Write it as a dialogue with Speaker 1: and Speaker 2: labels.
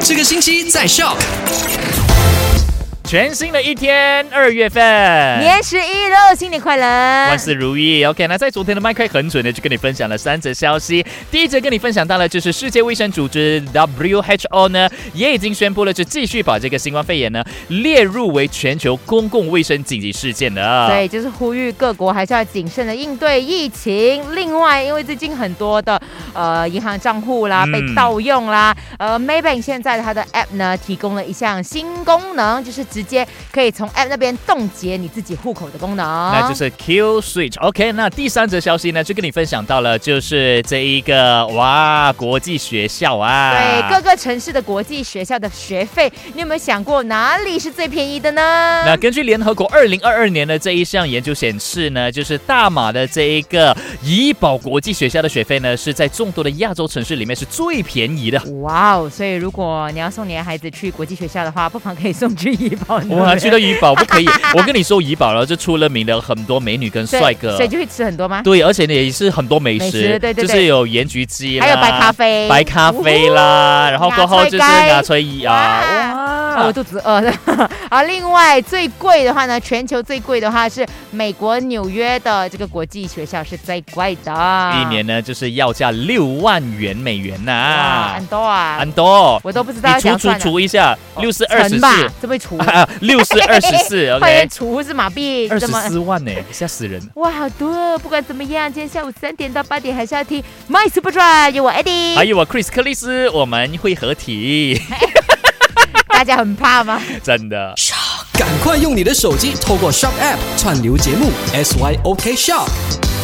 Speaker 1: 这个星期在 Shock。
Speaker 2: 全新的一天，二月份，
Speaker 3: 年十一喽，新年快乐！
Speaker 2: 万事如意。OK，那在昨天的麦克很准的就跟你分享了三则消息。第一则跟你分享到了，就是世界卫生组织 WHO 呢也已经宣布了，就继续把这个新冠肺炎呢列入为全球公共卫生紧急事件的。
Speaker 3: 对，就是呼吁各国还是要谨慎的应对疫情。另外，因为最近很多的呃银行账户啦
Speaker 2: 嗯
Speaker 3: 被盗用啦，呃，Maybank 现在它的 App 呢提供了一项新功能，就是直接可以从 App 那边冻结你自己户口的功能。
Speaker 2: 那就是 Q Switch。OK，那第三则消息呢，就跟你分享到了，就是这一个哇，国际学校啊，
Speaker 3: 对各个城市的国际学校的学费，你有没有想过哪里是最便宜的呢？
Speaker 2: 那根据联合国二零二二年的这一项研究显示呢，就是大马的这一个怡保国际学校的学费呢，是在众多的亚洲城市里面是最便宜的。
Speaker 3: 哇哦！所以如果你要送你的孩子去国际学校的话，不妨可以送去怡保那边。
Speaker 2: 哇，去到怡保不可以，我跟你说，怡保然后就出了名的很多美女跟
Speaker 3: 对
Speaker 2: 帅哥
Speaker 3: 所，以就会吃很多吗？
Speaker 2: 对，而且呢也是很多美食，
Speaker 3: 美食对对
Speaker 2: 就是有盐焗鸡啦，
Speaker 3: 还有白咖啡，哦
Speaker 2: 白咖啡啦，然后过后就是
Speaker 3: 芽
Speaker 2: 拿
Speaker 3: 菜
Speaker 2: 吹衣啊，
Speaker 3: 啊我
Speaker 2: 哇，
Speaker 3: 肚子饿了。 好，另外最贵的话呢，全球最贵的话是美国纽约的这个国际学校是最贵的，
Speaker 2: 一年呢就是要价六万元美元呐、
Speaker 3: 哇，很多啊，
Speaker 2: 安多，
Speaker 3: 我都不知道要
Speaker 2: 你
Speaker 3: 怎
Speaker 2: 除除
Speaker 3: 样算了。哦
Speaker 2: 除一下，六四二十
Speaker 3: 乘吧
Speaker 2: 四，
Speaker 3: 这 么除，
Speaker 2: 六四二十 四
Speaker 3: 换
Speaker 2: ，OK，
Speaker 3: 成除是马币，
Speaker 2: 二
Speaker 3: 这
Speaker 2: 十
Speaker 3: 么
Speaker 2: 四万呢、吓死人！
Speaker 3: 哇，好多！不管怎么样，今天下午三点到八点还是要听 My Super Drive，有我 Eddie，、
Speaker 2: 还有我啊 Chris 克里斯，我们会合 体，
Speaker 3: 大家很怕吗？
Speaker 2: 真的。
Speaker 1: 赶快用你的手机透过 Shock App 串流节目 SYOK Shock。